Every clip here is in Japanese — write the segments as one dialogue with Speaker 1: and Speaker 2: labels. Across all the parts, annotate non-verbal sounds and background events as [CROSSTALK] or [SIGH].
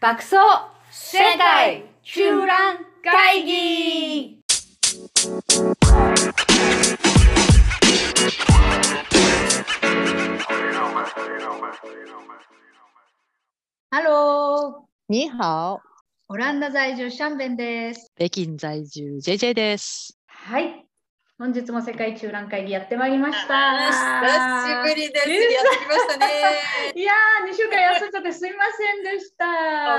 Speaker 1: 爆走世界中覧会議ハロー
Speaker 2: 你好，
Speaker 1: オランダ在住シャンベンです。
Speaker 2: 北京在住 JJ です。
Speaker 1: はい。本日も世界中覧会議やってまいりました。
Speaker 3: 久しぶりです。やってきましたね。
Speaker 1: いやー、2週間休んじゃってすみませんでした。
Speaker 3: [LAUGHS] お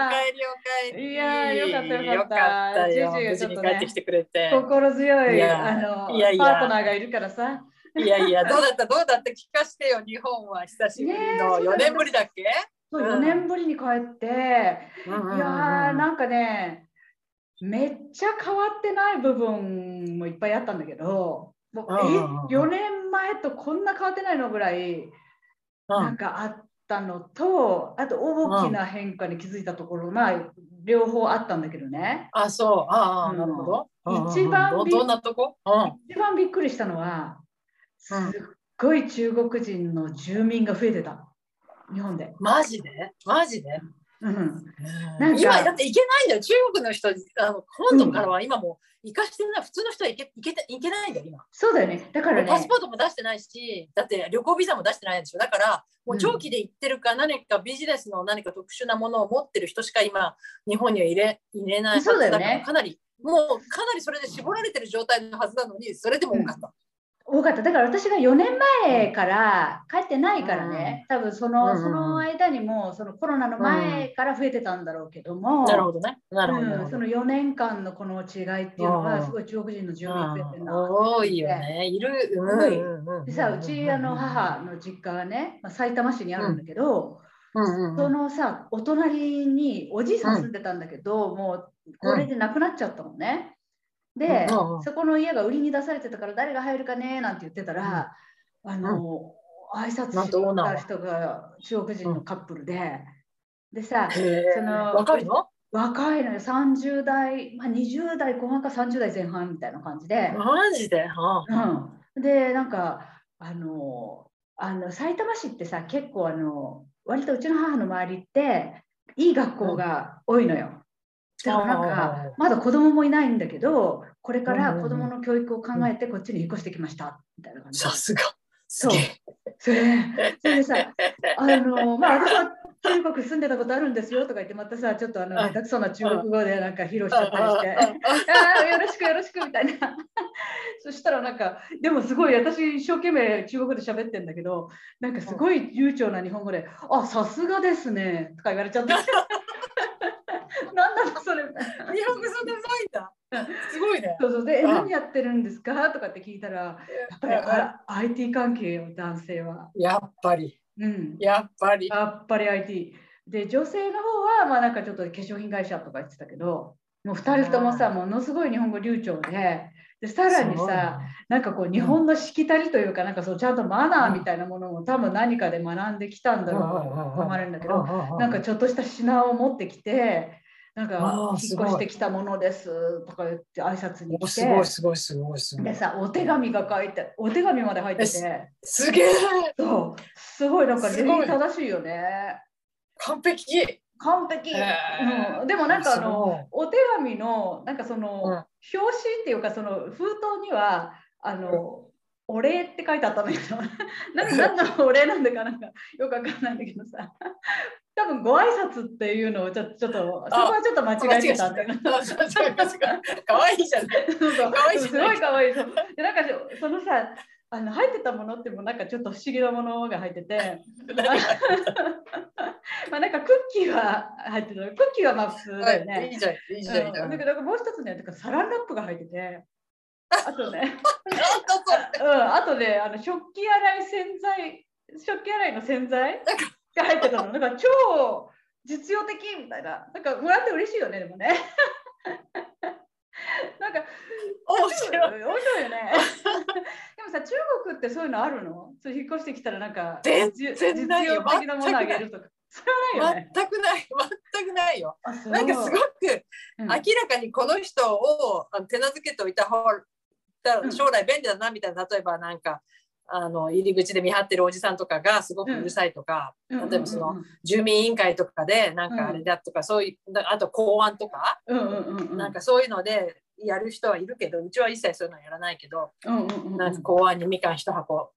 Speaker 3: かえりおかえり。
Speaker 1: いやーよかったよかった
Speaker 3: よかったよ無
Speaker 1: ジ
Speaker 3: 事
Speaker 1: ュジュがちょっ
Speaker 3: に
Speaker 1: と
Speaker 3: 帰
Speaker 1: ね
Speaker 3: ってきてくれて。
Speaker 1: 心強い
Speaker 3: いや
Speaker 1: あの
Speaker 3: いやいや
Speaker 1: パートナーがいるからさ。
Speaker 3: いやいや、どうだったどうだった聞かしてよ、日本は久しぶり
Speaker 1: ねえ
Speaker 3: の
Speaker 1: そうだね
Speaker 3: 4年ぶりだっけ
Speaker 1: そう
Speaker 3: うん
Speaker 1: 4年ぶりに帰って、
Speaker 3: いや
Speaker 1: いやーなんかねめっちゃ変わってない部分もいっぱいあったんだけどもう
Speaker 3: うんうんうん
Speaker 1: え4年前とこんな変わってないのぐらいなんかあったのとあと大きな変化に気づいたところまあ両方あったんだけどね
Speaker 3: あ、そう。ああ、
Speaker 1: うん
Speaker 3: なるほど。うん
Speaker 1: 一番
Speaker 3: ど
Speaker 1: び
Speaker 3: どんなとこうん
Speaker 1: 一番びっくりしたのはすっ
Speaker 3: うん
Speaker 1: ごい中国人の住民が増えてた日本で。
Speaker 3: マジでマジで
Speaker 1: うんな
Speaker 3: うんん
Speaker 1: か
Speaker 3: 今だって行けないんだよ。中国の人、あの本土からは今もう行かしてない。普通の人は行け行けて行けないんだよ、今。
Speaker 1: そうだよね。だからね。
Speaker 3: パスポートも出してないし、だって旅行ビザも出してないでしょ。だから、もう長期で行ってるか、何かビジネスの何か特殊なものを持ってる人しか今、日本には入れ入れないはず
Speaker 1: そうだよ
Speaker 3: か
Speaker 1: ね
Speaker 3: ら、かなり、もうかなりそれで絞られてる状態のはずなのに、それでも多かった。
Speaker 1: 多かっただから私が4年前から帰ってないからね、多分その,、
Speaker 3: うん
Speaker 1: その間にもそのコロナの前から増えてたんだろうけども、
Speaker 3: なるほどね。なるほどなる
Speaker 1: うん、
Speaker 3: ほど
Speaker 1: そ。の4年間のこの違いっていうの
Speaker 3: う
Speaker 1: が
Speaker 3: ん
Speaker 1: すごい中国人の住民増えてるなと思って
Speaker 3: 多いよね。いる。うん
Speaker 1: 多い
Speaker 3: うんうん
Speaker 1: でさうちあの、母の実家がね、まあ、埼玉市にあるんだけど、
Speaker 3: うんう
Speaker 1: そ
Speaker 3: ん、
Speaker 1: のさお隣におじいさん住んでたんだけど、もうこれでなくなっちゃったのね。で、
Speaker 3: うん
Speaker 1: そこの家が売りに出されてたから誰が入るかねなんて言ってたら、あの、挨拶
Speaker 3: なんとオー
Speaker 1: し
Speaker 3: ナー
Speaker 1: た
Speaker 3: は
Speaker 1: 人が中国人のカップルで、でさ
Speaker 3: へー
Speaker 1: その
Speaker 3: 若いの
Speaker 1: 若いのよ30代、まあ、20代後半か30代前半みたいな感じで、
Speaker 3: マジで、はあ
Speaker 1: うん、でなんかあのあの埼玉市ってさ結構あの割とうちの母の周りっていい学校が多いのよ。だからなん
Speaker 3: あ
Speaker 1: か
Speaker 3: ー
Speaker 1: まだ子供もいないんだけどこれから
Speaker 3: うんうんう
Speaker 1: 子
Speaker 3: ん
Speaker 1: 供の教育を考えてこっちに引っ越してきましたみたいな感じで
Speaker 3: さすが。
Speaker 1: そ
Speaker 3: す
Speaker 1: う
Speaker 3: げえ。
Speaker 1: それそれで [LAUGHS] さあのまあ私は中国住んでたことあるんですよとか言ってまたさちょっとあの
Speaker 3: うん
Speaker 1: 下手くそな中国語でなんか披露しちゃったりして。あーよろしくよろしくみたいな [LAUGHS] そしたらなんかでもすごい私一生懸命中国で喋ってんだけどなんかすごい悠長な日本語で「あさすがですね」とか言われちゃって [LAUGHS] なんなのそれ
Speaker 3: 日本語そんなうまいんだ。すごいね。
Speaker 1: そうそうでえ
Speaker 3: うん
Speaker 1: 何やってるんですかとかって聞いたらやっぱりあ IT 関係の男性は、
Speaker 3: やっぱり、
Speaker 1: うん、
Speaker 3: やっぱり。
Speaker 1: やっぱり IT で女性の方はまあなんかちょっと化粧品会社とか言ってたけどもう2人ともさ
Speaker 3: うん
Speaker 1: ものすごい日本語流暢ででさらにさなんかこう日本のしきたりというか、なんかそうちゃんとマナーみたいなものを多分何かで学んできたんだろうと思われるんだけ
Speaker 3: そう
Speaker 1: ど、
Speaker 3: なんだ、
Speaker 1: なんかちょっとした品を持ってきて、なん
Speaker 3: あ
Speaker 1: か
Speaker 3: ーす
Speaker 1: 引っ
Speaker 3: ごい
Speaker 1: 越してきたものですとか言って挨拶に
Speaker 3: お
Speaker 1: 来
Speaker 3: すごい
Speaker 1: て、
Speaker 3: すごいすごいすご
Speaker 1: で
Speaker 3: い。
Speaker 1: さ、お手紙が書いて、お手紙まで入ってて、
Speaker 3: すげえ
Speaker 1: そう、すごいなんか礼
Speaker 3: すご
Speaker 1: 儀
Speaker 3: い
Speaker 1: 正しいよね。
Speaker 3: 完璧
Speaker 1: 完璧、
Speaker 3: へー
Speaker 1: うん。でもなんかあの、
Speaker 3: の、
Speaker 1: お手紙のなんかその、
Speaker 3: うん
Speaker 1: 表紙っていうかその封筒にはあの、お礼って書いてあった
Speaker 3: [LAUGHS]
Speaker 1: んだけど何何のお礼なんだかなんかよくわかんないんだけどさ多分ご挨拶っていうのをちょちょっとそこはちょっと間違えてたんだけど。
Speaker 3: かわいいじゃん。
Speaker 1: そうそう
Speaker 3: 可愛いじゃ
Speaker 1: すご
Speaker 3: ない
Speaker 1: い可愛いそうでなんかそのさあの入ってたものってもなんかちょっと不思議なものが入って
Speaker 3: [LAUGHS]
Speaker 1: て [LAUGHS] まあなんかクッキーは入ってたクッキーはまあ普通だよね、
Speaker 3: いいじゃん、いいじゃん、いいじゃ。
Speaker 1: うんん
Speaker 3: な
Speaker 1: だ
Speaker 3: ん
Speaker 1: け
Speaker 3: だ
Speaker 1: どもう一つね、だからサランラップが入って
Speaker 3: [LAUGHS]
Speaker 1: て、あとね、
Speaker 3: そ
Speaker 1: うん、あとね、あの食器洗い洗剤、食器洗いの洗剤が入ってたの、なんか超実用的みたいな、なんかもらって嬉しいよね、でもね。 [LAUGHS] なんか
Speaker 3: 面白い。
Speaker 1: 面白いよね。 [LAUGHS] でもさ、中国ってそういうのあるのそれ引っ越してきたらなんか
Speaker 3: 全
Speaker 1: じゅ
Speaker 3: 全然ない
Speaker 1: 実用
Speaker 3: よ
Speaker 1: 的なものあげるとか。それはないよね。
Speaker 3: 全くない、全くないよ。
Speaker 1: あそう
Speaker 3: なんかすごく
Speaker 1: うん
Speaker 3: 明らかにこの人をあの手なずけておいた方が
Speaker 1: うん
Speaker 3: 将来便利だなみたいな例えばなんかあの入り口で見張ってるおじさんとかがすごくうるさいとか、
Speaker 1: うん
Speaker 3: 例えばその、住民委員会とかでなんかあれだとか、そういうだあと公安とか、
Speaker 1: うんうんうんうん、
Speaker 3: なんかそういうのでやる人はいるけどうちは一切そういうのやらないけど、
Speaker 1: うんうんうんうん、
Speaker 3: なんか公安にみかん一箱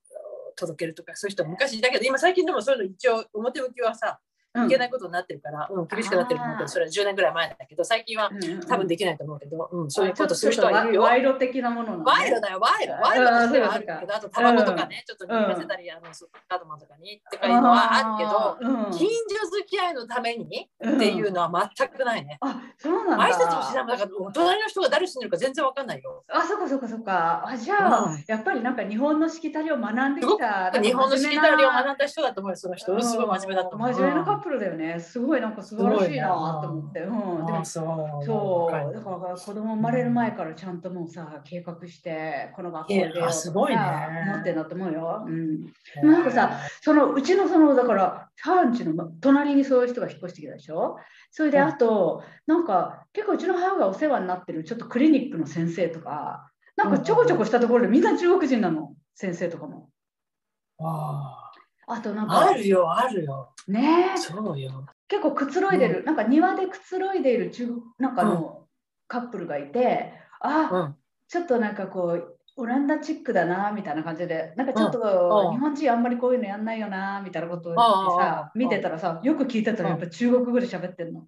Speaker 3: 届けるとかそういう人昔だけど今最近でもそういうの一応表向きはさ
Speaker 1: うん、
Speaker 3: いけないことになってるから、うん厳しくなってると思うけ
Speaker 1: あー
Speaker 3: どそれは10年ぐらい前だけど最近は
Speaker 1: うんうんうん、
Speaker 3: 多分
Speaker 1: で
Speaker 3: できないと思うけど、うん、そういうことする人はいるよ。
Speaker 1: 賄賂的なものなのね
Speaker 3: 賄賂だよ、賄賂。賄賂としてはあるけど、あとタバコとかね、ちょっと匂わせたり、あの、そうカドマンとかにとかいうのはあるけど、
Speaker 1: あーうん
Speaker 3: 近所付き合いのためにっていうのは全くないね。
Speaker 1: あそうなんだ
Speaker 3: 挨拶もしないもんだから、隣の人が誰住んでるか全然わかんないよ。
Speaker 1: あそっかそっかそっかあじゃあ、
Speaker 3: うん
Speaker 1: やっぱりなんか日本のしきたりを学んできた
Speaker 3: 日本のしきたりを学
Speaker 1: ん
Speaker 3: んだ人だと思うよ、その人。すごい真面目だと思う。
Speaker 1: 真面目なカップルだよねすごいなんか素晴らしいなと思って、うん、でも
Speaker 3: そう。
Speaker 1: そうだから子供生まれる前からちゃんともうさ計画してこの学校で
Speaker 3: いやすごいね
Speaker 1: 持ってんだと思うよ、うん、なんかさ、そのうちのそのだからターンチのま隣にそういう人が引っ越してきたでしょそれで
Speaker 3: うん
Speaker 1: あと、なんか結構うちの母がお世話になってるちょっとクリニックの先生とかなんかちょこちょこしたところでみんな中国人なの先生とかも
Speaker 3: あ
Speaker 1: あとなんか
Speaker 3: あるよ、あるよ。
Speaker 1: ねえ
Speaker 3: そうよ。
Speaker 1: 結構くつろいでる、なんか庭でくつろいでいる中国なんかのカップルがいて、あ、
Speaker 3: うん。
Speaker 1: ちょっとなんかこうオランダチックだなみたいな感じでなんかちょっと
Speaker 3: うん
Speaker 1: 日本人あんまりこういうのやんないよなみたいなことを
Speaker 3: うん
Speaker 1: さ
Speaker 3: うん
Speaker 1: 見てたらさよく聞いてたらやっぱ中国語で喋ってんの。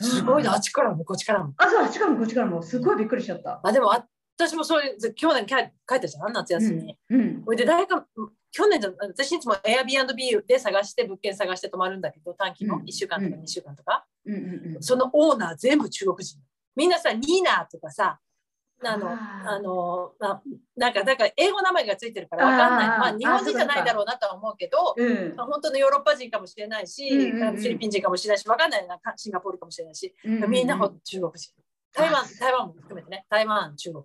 Speaker 3: すごいな、あっちからもこっちからも。
Speaker 1: あそうあっちからもこっちからもすごいびっくりしちゃった。
Speaker 3: あでもあ私もそういう去年帰帰ったじゃん夏休みに。
Speaker 1: うん
Speaker 3: ほいで誰か去年じゃ私いつも Airbnb で探して物件探して泊まるんだけど短期の
Speaker 1: うん
Speaker 3: 1週間とか
Speaker 1: うん
Speaker 3: 2週間とか、
Speaker 1: うんうんうん
Speaker 3: そのオーナー全部中国人みんなさニーナーとかさあの
Speaker 1: あー
Speaker 3: あのななんかだから英語名前がついてるからわかんない
Speaker 1: あー
Speaker 3: まあ日本人じゃないだろうなとは思うけど
Speaker 1: うん
Speaker 3: まあ本当のヨーロッパ人かもしれないし、
Speaker 1: うんうんうん
Speaker 3: フィリピン人かもしれないしわかんないなシンガポールかもしれないし、
Speaker 1: うんうん
Speaker 3: みんなほ中国人台湾台湾も含めてね台湾中国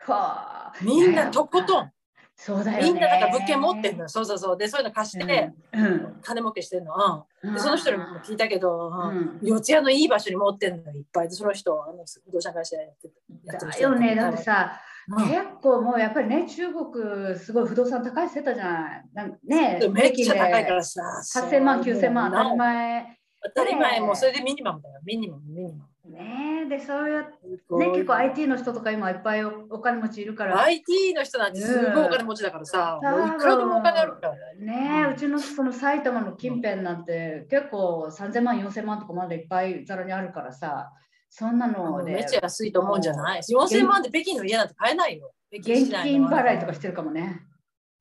Speaker 1: はあ
Speaker 3: みんなとことん、
Speaker 1: そうだよね
Speaker 3: みんなだから物件持ってんのよ。そうそうそう。で、そういうの貸して、
Speaker 1: うん
Speaker 3: 金儲けしてんの。
Speaker 1: う
Speaker 3: うんん、で、その人にも聞いたけど、
Speaker 1: う
Speaker 3: う
Speaker 1: ん
Speaker 3: ん四谷のいい場所に持ってんのよいっぱいで、その人、あの不動産会社やってやってる
Speaker 1: だ
Speaker 3: 人
Speaker 1: よ
Speaker 3: った
Speaker 1: ねだってさ
Speaker 3: うん
Speaker 1: 結構もうやっぱりね、中国、すごい不動産高いしてたじゃない。なんね
Speaker 3: で、もめっちゃ高いかららさ。
Speaker 1: 8000万、9000万、当たり前。
Speaker 3: 当たり前、もうそれでミニマムだよ。ミニマム、ミニマ
Speaker 1: ねえで、そういう、
Speaker 3: ム。
Speaker 1: ね、結構 IT の人とか今いっぱいおお金持ちいるから。
Speaker 3: IT の人なんてすごいお金持ちだからさ、
Speaker 1: うん
Speaker 3: もういくらでもお金あるからね。
Speaker 1: ねえ
Speaker 3: うん
Speaker 1: うちのその埼玉の近辺なんて結構3000万、4000万とかまでいっぱいざらにあるからさ、そんなの
Speaker 3: め
Speaker 1: で
Speaker 3: っちゃ安いと思うんじゃない ?4000 万で北京の家なんて買えないよ。北京
Speaker 1: 現
Speaker 3: 市内
Speaker 1: 金
Speaker 3: の
Speaker 1: 払いとかしてるかもね。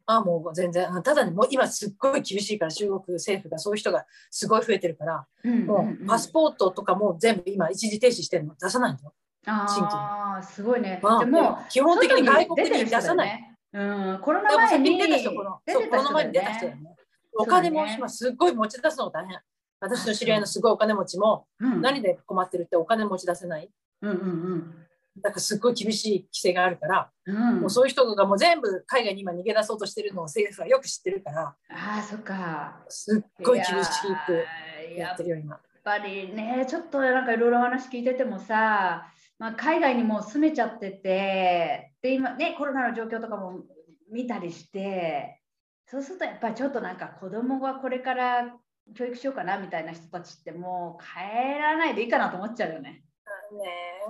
Speaker 3: あもう全然。ただね、もう今すっごい厳しいから、中国政府がそういう人がすごい増えてるから、
Speaker 1: うん
Speaker 3: もうパスポートとかも全部今一時停止してるの、出さないのよ。
Speaker 1: ああ、すごいね。
Speaker 3: まあ
Speaker 1: でも、
Speaker 3: 基本的に外国に出
Speaker 1: 外
Speaker 3: さない。
Speaker 1: 出てる人だよね。うん、コロ
Speaker 3: だ
Speaker 1: ナ
Speaker 3: から
Speaker 1: 前
Speaker 3: 先
Speaker 1: に
Speaker 3: に出た人、この
Speaker 1: 出
Speaker 3: そう
Speaker 1: て
Speaker 3: こ
Speaker 1: た
Speaker 3: の
Speaker 1: 人だ
Speaker 3: 前
Speaker 1: よ
Speaker 3: に出た人だよ
Speaker 1: ね。
Speaker 3: ね。お金
Speaker 1: そう
Speaker 3: も
Speaker 1: だね
Speaker 3: 今すっごい持ち出すのが大変。私の知り合いのすごいお金持ちも
Speaker 1: うん
Speaker 3: 何で困ってるってお金持ち出せない。
Speaker 1: うんうん
Speaker 3: だからすっごい厳しい規制があるから、
Speaker 1: うん。う
Speaker 3: も
Speaker 1: ん
Speaker 3: う、そういう人がもう全部海外に今逃げ出そうとしてるのを政府はよく知ってるから、
Speaker 1: ああ、そっか。
Speaker 3: すっごい厳しく
Speaker 1: いやー
Speaker 3: や
Speaker 1: や
Speaker 3: っ
Speaker 1: って
Speaker 3: るよ、今。
Speaker 1: ぱりね、ちょっとなんかいろいろ話聞いててもさ、まあ、海外にもう住めちゃってて、で、今ね、コロナの状況とかも見たりして、そうするとやっぱりちょっとなんか子供がこれから教育しようかなみたいな人たちってもう帰らないでいいかなと思っちゃうよね。
Speaker 3: ね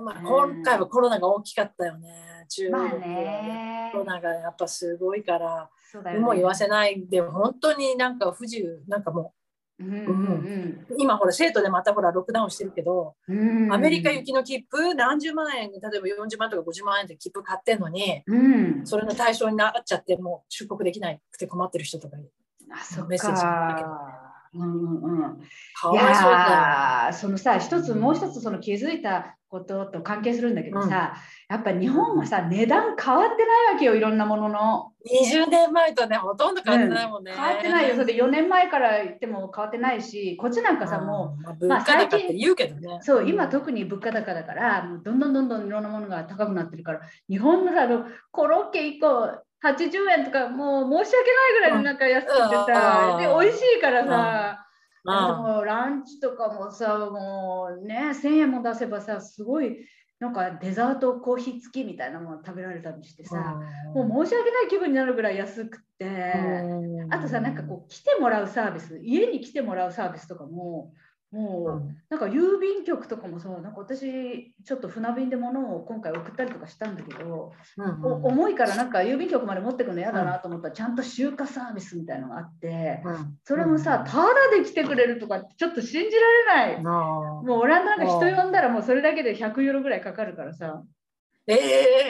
Speaker 3: え、まあ、
Speaker 1: うん
Speaker 3: 今回はコロナが大きかったよね、中国
Speaker 1: まあ
Speaker 3: はね、
Speaker 1: ね
Speaker 3: コロ。ナがやっぱすごいから、
Speaker 1: そうだよね
Speaker 3: もう言わせないで、本当になんか不自由、なんかも
Speaker 1: うんうん
Speaker 3: う、今ほら、生徒でまたほら、ロックダウンしてるけど、
Speaker 1: うんうん。
Speaker 3: アメリカ行きの切符、何十万円、例えば40万とか50万円で切符買ってんのに、
Speaker 1: うん。
Speaker 3: それの対象になっちゃって、もう出国できなくて困ってる人とかに、
Speaker 1: あそっ
Speaker 3: メッセージだけど
Speaker 1: か。うんうんうん、
Speaker 3: か
Speaker 1: い
Speaker 3: わいそうだ
Speaker 1: やーそのさ一つもう一つその気づいたことと関係するんだけどさ、やっぱ日本はさ値段変わってないわけよいろんなものの、
Speaker 3: よ。20年前とね、ほとんど変わってないもんね。
Speaker 1: 変わってないよそれで4年前から言っても変わってないしこっちなんかさ
Speaker 3: うん
Speaker 1: も
Speaker 3: まあ物価高って言うけどね。
Speaker 1: うそう今特に物価高だからもうどんどんどんどんいろんなものが高くなってるから日本のさあのコロッケ1個80円とかもう申し訳ないぐらいのなんか安くてさ、
Speaker 3: うん
Speaker 1: で美味しいからさ、
Speaker 3: うん
Speaker 1: もうランチとかもさもうね1,000円も出せばさすごいなんかデザートコーヒー付きみたいなもの食べられたりしてさ、
Speaker 3: うん
Speaker 1: もう申し訳ない気分になるぐらい安くって、あとさなんかこう来てもらうサービス家に来てもらうサービスとかももう、
Speaker 3: うん
Speaker 1: なんか郵便局とかもさなんか私ちょっと船便で物を今回送ったりとかしたんだけど、
Speaker 3: うん
Speaker 1: お重いからなんか郵便局まで持ってくの嫌だなと思ったら、ちゃんと集荷サービスみたいのがあって
Speaker 3: うん
Speaker 1: それもさタダで来てくれるとかってちょっと信じられない。
Speaker 3: あー
Speaker 1: もうオランダなんか人呼んだらもうそれだけで100ユーロぐらいかかるからさ、
Speaker 3: え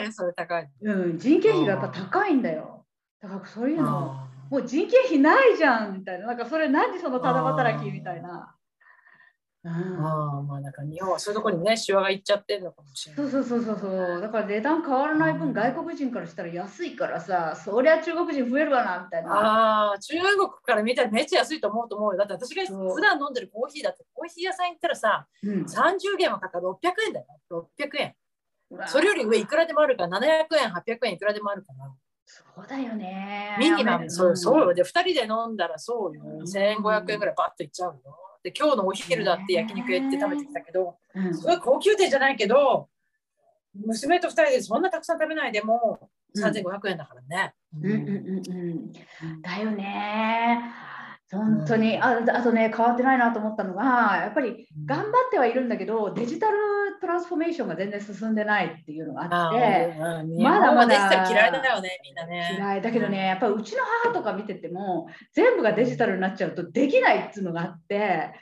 Speaker 3: えそれ高い。
Speaker 1: うん、人件費がやっぱ高いんだよだからそういうの
Speaker 3: あー
Speaker 1: もう人件費ないじゃんみたいななんかそれ何そのただ働きみたいな、うん、
Speaker 3: あーまあなんか日本はそういうところにねシワがいっちゃってるのかもしれな
Speaker 1: そ。
Speaker 3: いう
Speaker 1: そうそうそうそうだから値段変わらない分外国人からしたら安いからさそりゃ中国人増えるわなみたいな
Speaker 3: ああ、中国から見たらめっちゃ安いと思うと思うよ。だって私が
Speaker 1: そう
Speaker 3: 普段飲んでるコーヒーだって、コーヒー屋さん行ったらさ、
Speaker 1: うん
Speaker 3: 30元はかかる600円だよ。600円。
Speaker 1: うわ
Speaker 3: それより上いくらでもあるから、700円、800円いくらでもあるから。
Speaker 1: そうだよね
Speaker 3: ミニマム、そうそうよ。
Speaker 1: よ
Speaker 3: で、2人で飲んだらそうよ。1500円ぐらいバッといっちゃうよ。で、今日のお昼だって焼肉屋行って食べてきたけど、すごい高級店じゃないけど、娘と2人でそんなたくさん食べないでも3500円だからね。
Speaker 1: うんうんうんうんだよね。本当に、ああとね変わってないなと思ったのがやっぱり頑張ってはいるんだけどデジタルトランスフォーメーションが全然進んでないっていうのがあ
Speaker 3: あ
Speaker 1: っ
Speaker 3: あ
Speaker 1: て
Speaker 3: うんうん
Speaker 1: まだまだ
Speaker 3: 日本はデジタル嫌いだよね、みんなね。
Speaker 1: 嫌いだけどねやっぱりうちの母とか見てても全部がデジタルになっちゃうとできないっていうのがあって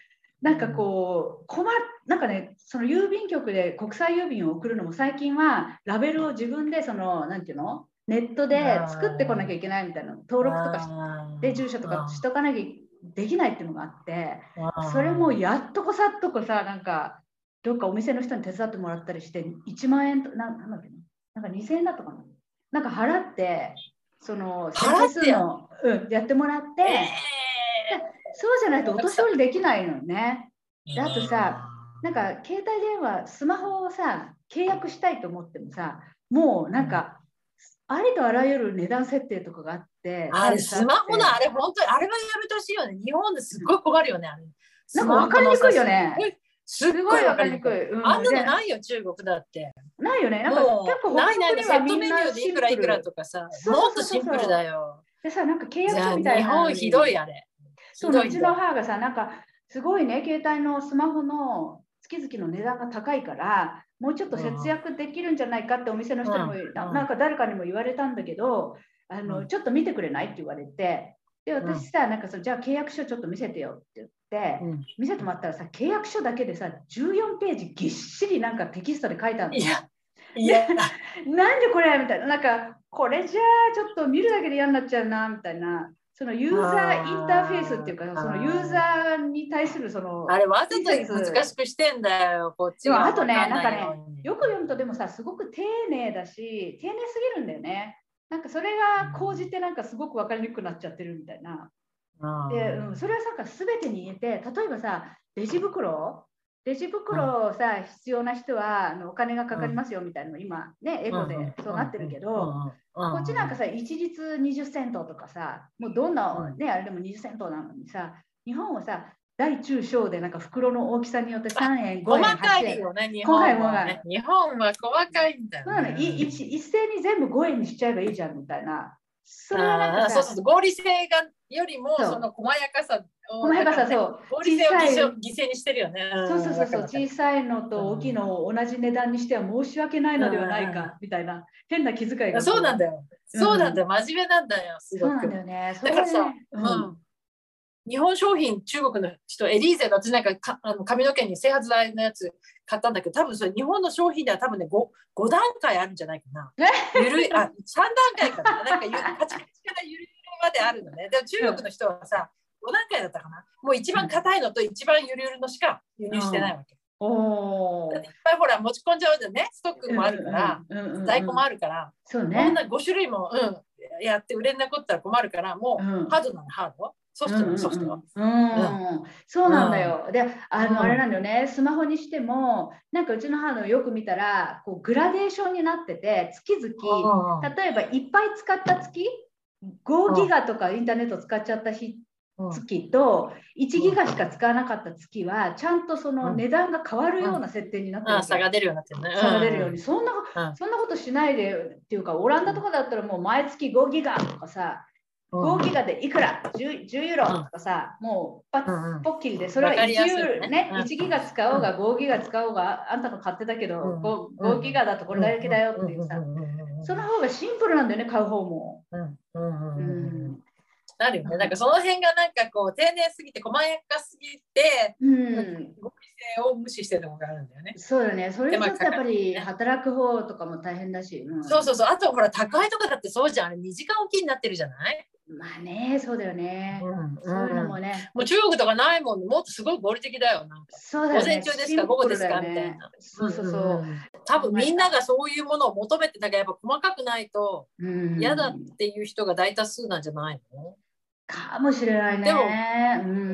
Speaker 1: なんかこう困っなんかねその郵便局で国際郵便を送るのも最近はラベルを自分でそのなんていうのネットで作ってこなきゃいけないみたいな登録とかして
Speaker 3: し
Speaker 1: で住所とかしとかなきゃできないっていうのがあって
Speaker 3: あー
Speaker 1: それもやっとこさっとこさなんかどっかお店の人に手伝ってもらったりして1万円とななんだっけななんか2000円だったかななんか払ってその
Speaker 3: 払って
Speaker 1: 設置するの、うん、やってもらって、そうじゃないとお年寄りできないのねであとさ、なんか携帯電話スマホをさ契約したいと思ってもさもうなんか、ありとあらゆる値段設定とかがあって
Speaker 3: あれスマホの
Speaker 1: な
Speaker 3: あれ本当にあれはやめてほしいよね。日本ですっごい困るよね。あれ
Speaker 1: なんか分かりにくいよ。ね
Speaker 3: スマホのさすっ
Speaker 1: す
Speaker 3: ご
Speaker 1: ごい
Speaker 3: い分
Speaker 1: わか
Speaker 3: かり
Speaker 1: り
Speaker 3: に
Speaker 1: に
Speaker 3: く
Speaker 1: く
Speaker 3: い。
Speaker 1: い。うん
Speaker 3: あんなの
Speaker 1: で
Speaker 3: ないよ、中国だって。
Speaker 1: ないよね。なんか結
Speaker 3: も
Speaker 1: 構他
Speaker 3: うないな
Speaker 1: の国
Speaker 3: いないセ
Speaker 1: は
Speaker 3: ッ
Speaker 1: み
Speaker 3: ト
Speaker 1: ん
Speaker 3: メニュ
Speaker 1: な
Speaker 3: ーで
Speaker 1: シ
Speaker 3: い
Speaker 1: ン
Speaker 3: く
Speaker 1: プ
Speaker 3: らいくら
Speaker 1: ル。
Speaker 3: とかさ、
Speaker 1: そう
Speaker 3: も
Speaker 1: そ
Speaker 3: っ
Speaker 1: う
Speaker 3: と
Speaker 1: そう
Speaker 3: シ
Speaker 1: そう
Speaker 3: ンプルだよ。
Speaker 1: でさ、なんか契約
Speaker 3: じゃ
Speaker 1: 書
Speaker 3: あ
Speaker 1: みたい
Speaker 3: 日
Speaker 1: なの
Speaker 3: 本
Speaker 1: に
Speaker 3: ひどいあれ。
Speaker 1: そのう
Speaker 3: ひ
Speaker 1: ち
Speaker 3: どい
Speaker 1: の
Speaker 3: よ
Speaker 1: 母がさ、なんかすごいね、携帯のスマホの月々の値段が高いから、もうちょっと節約できるんじゃないかってお店の人にも、
Speaker 3: うん
Speaker 1: な
Speaker 3: うん
Speaker 1: なんか誰かにも言われたんだけど、あの
Speaker 3: うん
Speaker 1: ちょっと見てくれないって言われて、で私さ、なんかそのじゃあ契約書ちょっと見せてよって言って、
Speaker 3: うん
Speaker 1: 見せてもらったらさ、契約書だけでさ、14ページぎっしりなんかテキストで書いてあるの。
Speaker 3: いや、いや、
Speaker 1: なんでこれみたいな、なんかこれじゃあちょっと見るだけで嫌になっちゃうなみたいな、そのユーザ
Speaker 3: あ
Speaker 1: ーイ
Speaker 3: ー
Speaker 1: ンターフェースっていうか、そのユーザーに対するその、
Speaker 3: あれわざと難しくしてんだよ、こっちが
Speaker 1: でもあとね
Speaker 3: わいように
Speaker 1: よく読むとでもさ、すごく丁寧だし、丁寧すぎるんだよね。なんかそれが講じてなんかすごく分かりにくくなっちゃってるみたいな。
Speaker 3: あー
Speaker 1: で、うん、それはさ、なんか全てに言えて、例えばさ、レジ袋レジ袋をさ、必要な人はあのお金がかかりますよみたいなの、今ね、エゴでそうなってるけど、
Speaker 3: うん、
Speaker 1: こっちなんかさ、
Speaker 3: さ、
Speaker 1: 一律20セントとかさ、もうどんな、ね、あれでも20セントなのにさ、日本はさ、大中小でなんか袋の大きさによって3円、5円、
Speaker 3: 細か
Speaker 1: 8
Speaker 3: い
Speaker 1: 円。
Speaker 3: よね、日本は
Speaker 1: 細か
Speaker 3: ね
Speaker 1: い。
Speaker 3: 日本は細かいんだ
Speaker 1: そ
Speaker 3: よ、
Speaker 1: う
Speaker 3: ね。
Speaker 1: なのい一一斉に全部5円にしちゃえばいいじゃんみたいな。それはなん
Speaker 3: あー
Speaker 1: か
Speaker 3: そう
Speaker 1: さ、
Speaker 3: そうそう合理性がよりも
Speaker 1: そう
Speaker 3: その細やかさを
Speaker 1: 細やかさ、
Speaker 3: だらね
Speaker 1: そう。
Speaker 3: 合理性
Speaker 1: 小
Speaker 3: を犠
Speaker 1: さ
Speaker 3: 牲
Speaker 1: い
Speaker 3: 犠牲にしてるよね。
Speaker 1: そうそうそうそう
Speaker 3: わかるわ
Speaker 1: 小さいのと大きいのを同じ値段にしては申し訳ないのではない
Speaker 3: うん
Speaker 1: かみたいな変な気遣い
Speaker 3: かる
Speaker 1: が
Speaker 3: そうなんだよ。
Speaker 1: うん
Speaker 3: そうなんだよ。真面目なんだよ、す
Speaker 1: そ
Speaker 3: ご
Speaker 1: うなん
Speaker 3: く。
Speaker 1: だよね
Speaker 3: だからさ
Speaker 1: それはね
Speaker 3: う
Speaker 1: うん
Speaker 3: ん日本商品、中国の人、エリーゼの私なんかかあの髪の毛に整髪剤のやつ買ったんだけど、多分それ日本の商品では多分ね、5, 5段階あるんじゃないかな。ゆるい、あ、3段階かな。なんかゆカチカチからゆるゆるまであるのね。でも中国の人はさ、5段階だったかな。もう一番硬いのと一番ゆるゆるのしか輸入してないわけ。
Speaker 1: お
Speaker 3: だっていっぱいほら持ち込んじゃうんだよね。ストックもあるから、
Speaker 1: ら
Speaker 3: 在庫も
Speaker 1: る
Speaker 3: あるから、
Speaker 1: そう
Speaker 3: こん
Speaker 1: ね
Speaker 3: な5種類も、うん、やって売れなくったら困るから、もう、
Speaker 1: うん
Speaker 3: ハードならハード、ソフトならソフト。
Speaker 1: うんうんうんうんそうなんだよ。で、あ
Speaker 3: うん
Speaker 1: の、あれなんだよね、スマホにしても、なんかうちの母のよく見たら、こうグラデーションになってて、月々、
Speaker 3: うん
Speaker 1: 例えばいっぱい使った月、5ギガとかインターネット使っちゃった日
Speaker 3: うん
Speaker 1: 月と1ギガしか使わなかった月はちゃんとその値段が変わるような設定になってる
Speaker 3: あ
Speaker 1: わ
Speaker 3: あ
Speaker 1: け
Speaker 3: 差が出るようになってるね。
Speaker 1: 差が出るよう
Speaker 3: に。
Speaker 1: にそんな
Speaker 3: うん
Speaker 1: そんなことしないでっていうかオランダとかだったらもう毎月5ギガとかさ
Speaker 3: うん
Speaker 1: 5ギガでいくら 10, 10ユーロとかさもうパッ
Speaker 3: うんうん
Speaker 1: ポッキリでそれは
Speaker 3: わか
Speaker 1: 1
Speaker 3: り
Speaker 1: ユ
Speaker 3: やすい
Speaker 1: ーロ
Speaker 3: ね
Speaker 1: ね
Speaker 3: うん
Speaker 1: 1ギガ使おうが5ギガ使おうがあんたの勝手だけど
Speaker 3: うん
Speaker 1: 5,
Speaker 3: うん
Speaker 1: 5ギガだとこれだけだよっていうさ
Speaker 3: んんうんうんうん
Speaker 1: その方がシンプルなんだよね買う方も。
Speaker 3: うんうんうん
Speaker 1: う
Speaker 3: うん
Speaker 1: ん
Speaker 3: なるよね。なんかその辺がなんかこう丁寧すぎて細やかすぎて
Speaker 1: うん
Speaker 3: 規制を無視してるとこがあるんだよね。
Speaker 1: そうよね。それちょっとやっぱり
Speaker 3: 手間か
Speaker 1: 働く方とかも大変だし。うん
Speaker 3: そうそうそう。あとほら高いとかだってそうじゃん。あれ2時間おきになってるじゃない。
Speaker 1: まあね、そうだよね。そういうのもね。
Speaker 3: もう中国とかないもん。もっとすごい合理的だよ。なんか
Speaker 1: そうだよね。
Speaker 3: 午前中ですか
Speaker 1: シンプル
Speaker 3: 午後ですか
Speaker 1: だよ
Speaker 3: みたいな。
Speaker 1: そうそうそう。
Speaker 3: 多分みんながそういうものを求めてたからやっぱ細かくないと
Speaker 1: うん
Speaker 3: 嫌だっていう人が大多数なんじゃないの、
Speaker 1: かもしれないね。
Speaker 3: でも
Speaker 1: うん。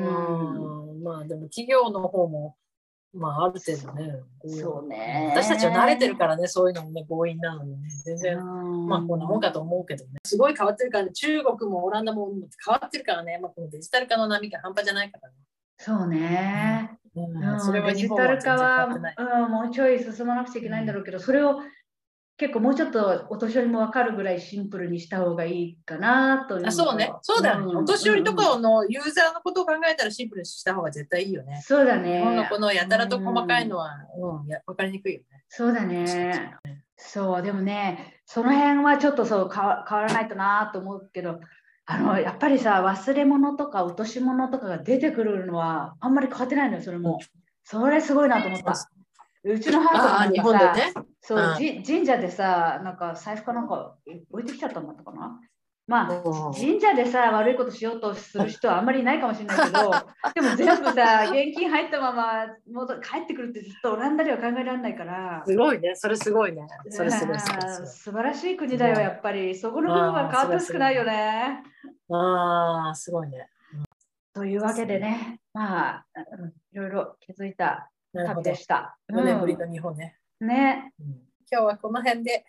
Speaker 3: うんまあでも企業の方もまあある程度ね
Speaker 1: そうね。
Speaker 3: 私たちは慣れてるからねそういうのもね強引なのにね全然
Speaker 1: うん
Speaker 3: まあこんなもんかと思うけどね。すごい変わってるから、ね、中国もオランダも変わってるからね。まあこのデジタル化の波が半端じゃないからね。
Speaker 1: そうね。
Speaker 3: う
Speaker 1: うん
Speaker 3: ん、それは
Speaker 1: デ
Speaker 3: 日
Speaker 1: ジ
Speaker 3: 本
Speaker 1: タ
Speaker 3: は全
Speaker 1: ル
Speaker 3: 然
Speaker 1: 化
Speaker 3: 変わってない。
Speaker 1: は、うん、もうちょい進まなくちゃいけないんだろうけど、それを結構もうちょっとお年寄りもわかるぐらいシンプルにした方がいいかなというのと。
Speaker 3: あそうね。そうだよね。
Speaker 1: ん
Speaker 3: お年寄りとかのユーザーのことを考えたらシンプルにした方が絶対いいよね。
Speaker 1: そうだ
Speaker 3: 日本の
Speaker 1: ね。
Speaker 3: このやたらと細かいのは、うん、や分かりにくいよね。
Speaker 1: そうだね。そう、でもね、その辺はちょっとそう変わ変わらないとなと思うけど、あのやっぱりさ、忘れ物とか落とし物とかが出てくるのはあんまり変わってないのよ、それも。それすごいなと思った。うちの
Speaker 3: あ
Speaker 1: 母
Speaker 3: あ、
Speaker 1: と
Speaker 3: 日
Speaker 1: か
Speaker 3: 本で
Speaker 1: さ、
Speaker 3: ね。
Speaker 1: そう
Speaker 3: うん
Speaker 1: じ神社でさ、なんか財布かなんか置いてきちゃったんだったかな。まあ、
Speaker 3: うん
Speaker 1: 神社でさ悪いことしようとする人はあんまりいないかもしれないけ [LAUGHS] どでも全部さ現金入ったまま戻帰ってくるってずっとオランダでは考えられないから
Speaker 3: すごいね。それすごいね。それすご
Speaker 1: い
Speaker 3: い。
Speaker 1: や
Speaker 3: そ
Speaker 1: ー
Speaker 3: れすごい
Speaker 1: 素晴らしい国だよやっぱりそこの部分は変わってほしくないよね。
Speaker 3: ああ、すごいね。
Speaker 1: というわけでねまあうんいろいろ気づいた
Speaker 3: なるほ
Speaker 1: 旅
Speaker 3: ど
Speaker 1: で。した。
Speaker 3: 4年ぶり
Speaker 1: う
Speaker 3: の日本ね。
Speaker 1: んね
Speaker 3: うん今日はこの辺で。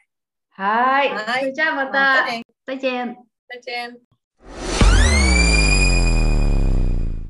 Speaker 1: はーい
Speaker 3: はい
Speaker 1: それじゃあま
Speaker 3: また
Speaker 1: た
Speaker 3: ね。
Speaker 1: 再见。
Speaker 3: 再见。